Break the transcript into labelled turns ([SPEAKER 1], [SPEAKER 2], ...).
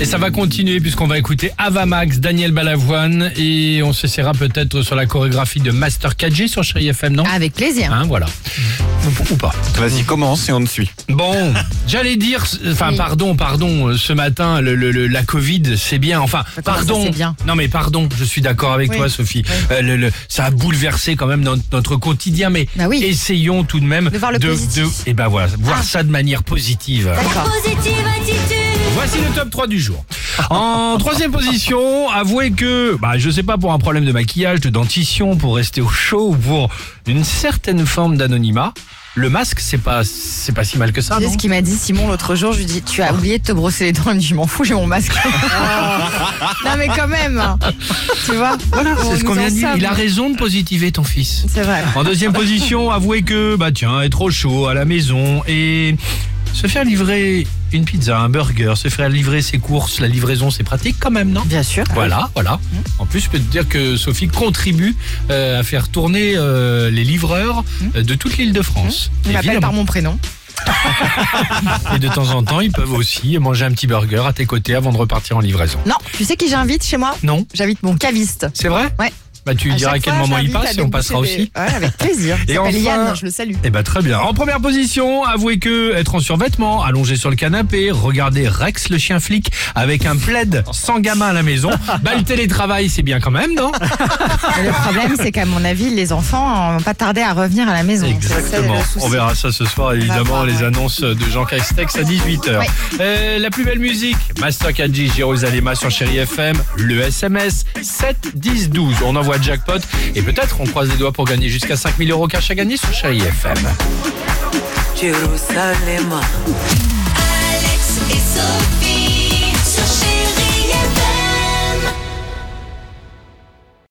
[SPEAKER 1] Et ça va continuer puisqu'on va écouter Avamax, Daniel Balavoine et on s'essaiera peut-être sur la chorégraphie de Master 4G sur Chéri FM, non
[SPEAKER 2] Avec plaisir.
[SPEAKER 1] Hein, voilà. Ou- Ou pas.
[SPEAKER 3] Vas-y, commence et on te suit.
[SPEAKER 1] Bon, j'allais dire, enfin
[SPEAKER 2] Oui.
[SPEAKER 1] pardon, pardon, euh, ce matin, le, le- le- la Covid, c'est bien, enfin
[SPEAKER 2] comment ça,
[SPEAKER 1] pardon.
[SPEAKER 2] c'est bien
[SPEAKER 1] Non mais pardon, je suis d'accord avec
[SPEAKER 2] Oui.
[SPEAKER 1] toi Sophie. Euh, le- le- ça a bouleversé quand même notre, notre quotidien, mais
[SPEAKER 2] Bah oui.
[SPEAKER 1] essayons tout de même
[SPEAKER 2] De voir le positif.
[SPEAKER 1] et ben voilà, voir
[SPEAKER 2] Ah.
[SPEAKER 1] ça de manière positive.
[SPEAKER 2] D'accord.
[SPEAKER 4] Positive attitude.
[SPEAKER 1] Voici le top 3 du jour. En troisième position, avouez que, bah, je sais pas, pour un problème de maquillage, de dentition, pour rester au chaud ou pour une certaine forme d'anonymat, le masque, c'est pas, c'est pas si mal que ça,
[SPEAKER 2] Tu
[SPEAKER 1] non
[SPEAKER 2] sais ce qu'il m'a dit Simon l'autre jour, je lui dis
[SPEAKER 1] Ah.
[SPEAKER 2] tu as oublié de te brosser les dents, il me dit je m'en fous, j'ai mon masque. non mais quand même, hein. tu vois.
[SPEAKER 1] Voilà,
[SPEAKER 2] on
[SPEAKER 1] c'est ce qu'on vient
[SPEAKER 2] nous en
[SPEAKER 1] de dire.
[SPEAKER 2] sommes.
[SPEAKER 1] Il a raison de positiver ton fils.
[SPEAKER 2] C'est vrai.
[SPEAKER 1] En deuxième position, avouez que, bah tiens, être au chaud à la maison et se faire livrer une pizza, un burger, se faire livrer ses courses, la livraison, c'est pratique quand même, non
[SPEAKER 2] Bien sûr.
[SPEAKER 1] Voilà, voilà.
[SPEAKER 2] Mmh.
[SPEAKER 1] En plus, je peux te dire que Sophie contribue euh, à faire tourner euh, les livreurs euh, de toute l'île de France.
[SPEAKER 2] Mmh. Il m'appelle par
[SPEAKER 1] Évidemment.
[SPEAKER 2] mon prénom.
[SPEAKER 1] Et de temps en temps, ils peuvent aussi manger un petit burger à tes côtés avant de repartir en livraison.
[SPEAKER 2] Non, tu sais qui j'invite chez moi
[SPEAKER 1] Non
[SPEAKER 2] J'invite mon caviste.
[SPEAKER 1] C'est vrai
[SPEAKER 2] Ouais.
[SPEAKER 1] Bah, tu
[SPEAKER 2] À
[SPEAKER 1] diras à
[SPEAKER 2] chaque
[SPEAKER 1] quel
[SPEAKER 2] fois,
[SPEAKER 1] moment il
[SPEAKER 2] j'invite à
[SPEAKER 1] passe et on passera
[SPEAKER 2] dégoûter
[SPEAKER 1] aussi.
[SPEAKER 2] des- Ouais, avec plaisir.
[SPEAKER 1] Et
[SPEAKER 2] Il s'appelle
[SPEAKER 1] enfin-
[SPEAKER 2] Yann, je le salue.
[SPEAKER 1] Eh ben très bien. En première position, avouez que être en survêtement, allongé sur le canapé, regarder Rex le chien flic avec un plaid sans gamin à la maison, bah le télétravail c'est bien quand même, non
[SPEAKER 2] Mais le problème, c'est qu'à mon avis, les enfants vont pas tarder à revenir à la maison. C'est ça,
[SPEAKER 1] Exactement.
[SPEAKER 2] le souci.
[SPEAKER 1] On verra ça ce soir, évidemment,
[SPEAKER 2] voir,
[SPEAKER 1] les
[SPEAKER 2] ouais.
[SPEAKER 1] annonces de Jean Castex à 18h.
[SPEAKER 2] Ouais.
[SPEAKER 1] Euh, la plus belle musique, Master Kadji, Jérusalem sur Chéri FM, le SMS 7 10 12. On envoie jackpot et peut-être on croise les doigts pour gagner jusqu'à 5000 euros cash à gagner sur Chéri FM.
[SPEAKER 5] Jerusalem.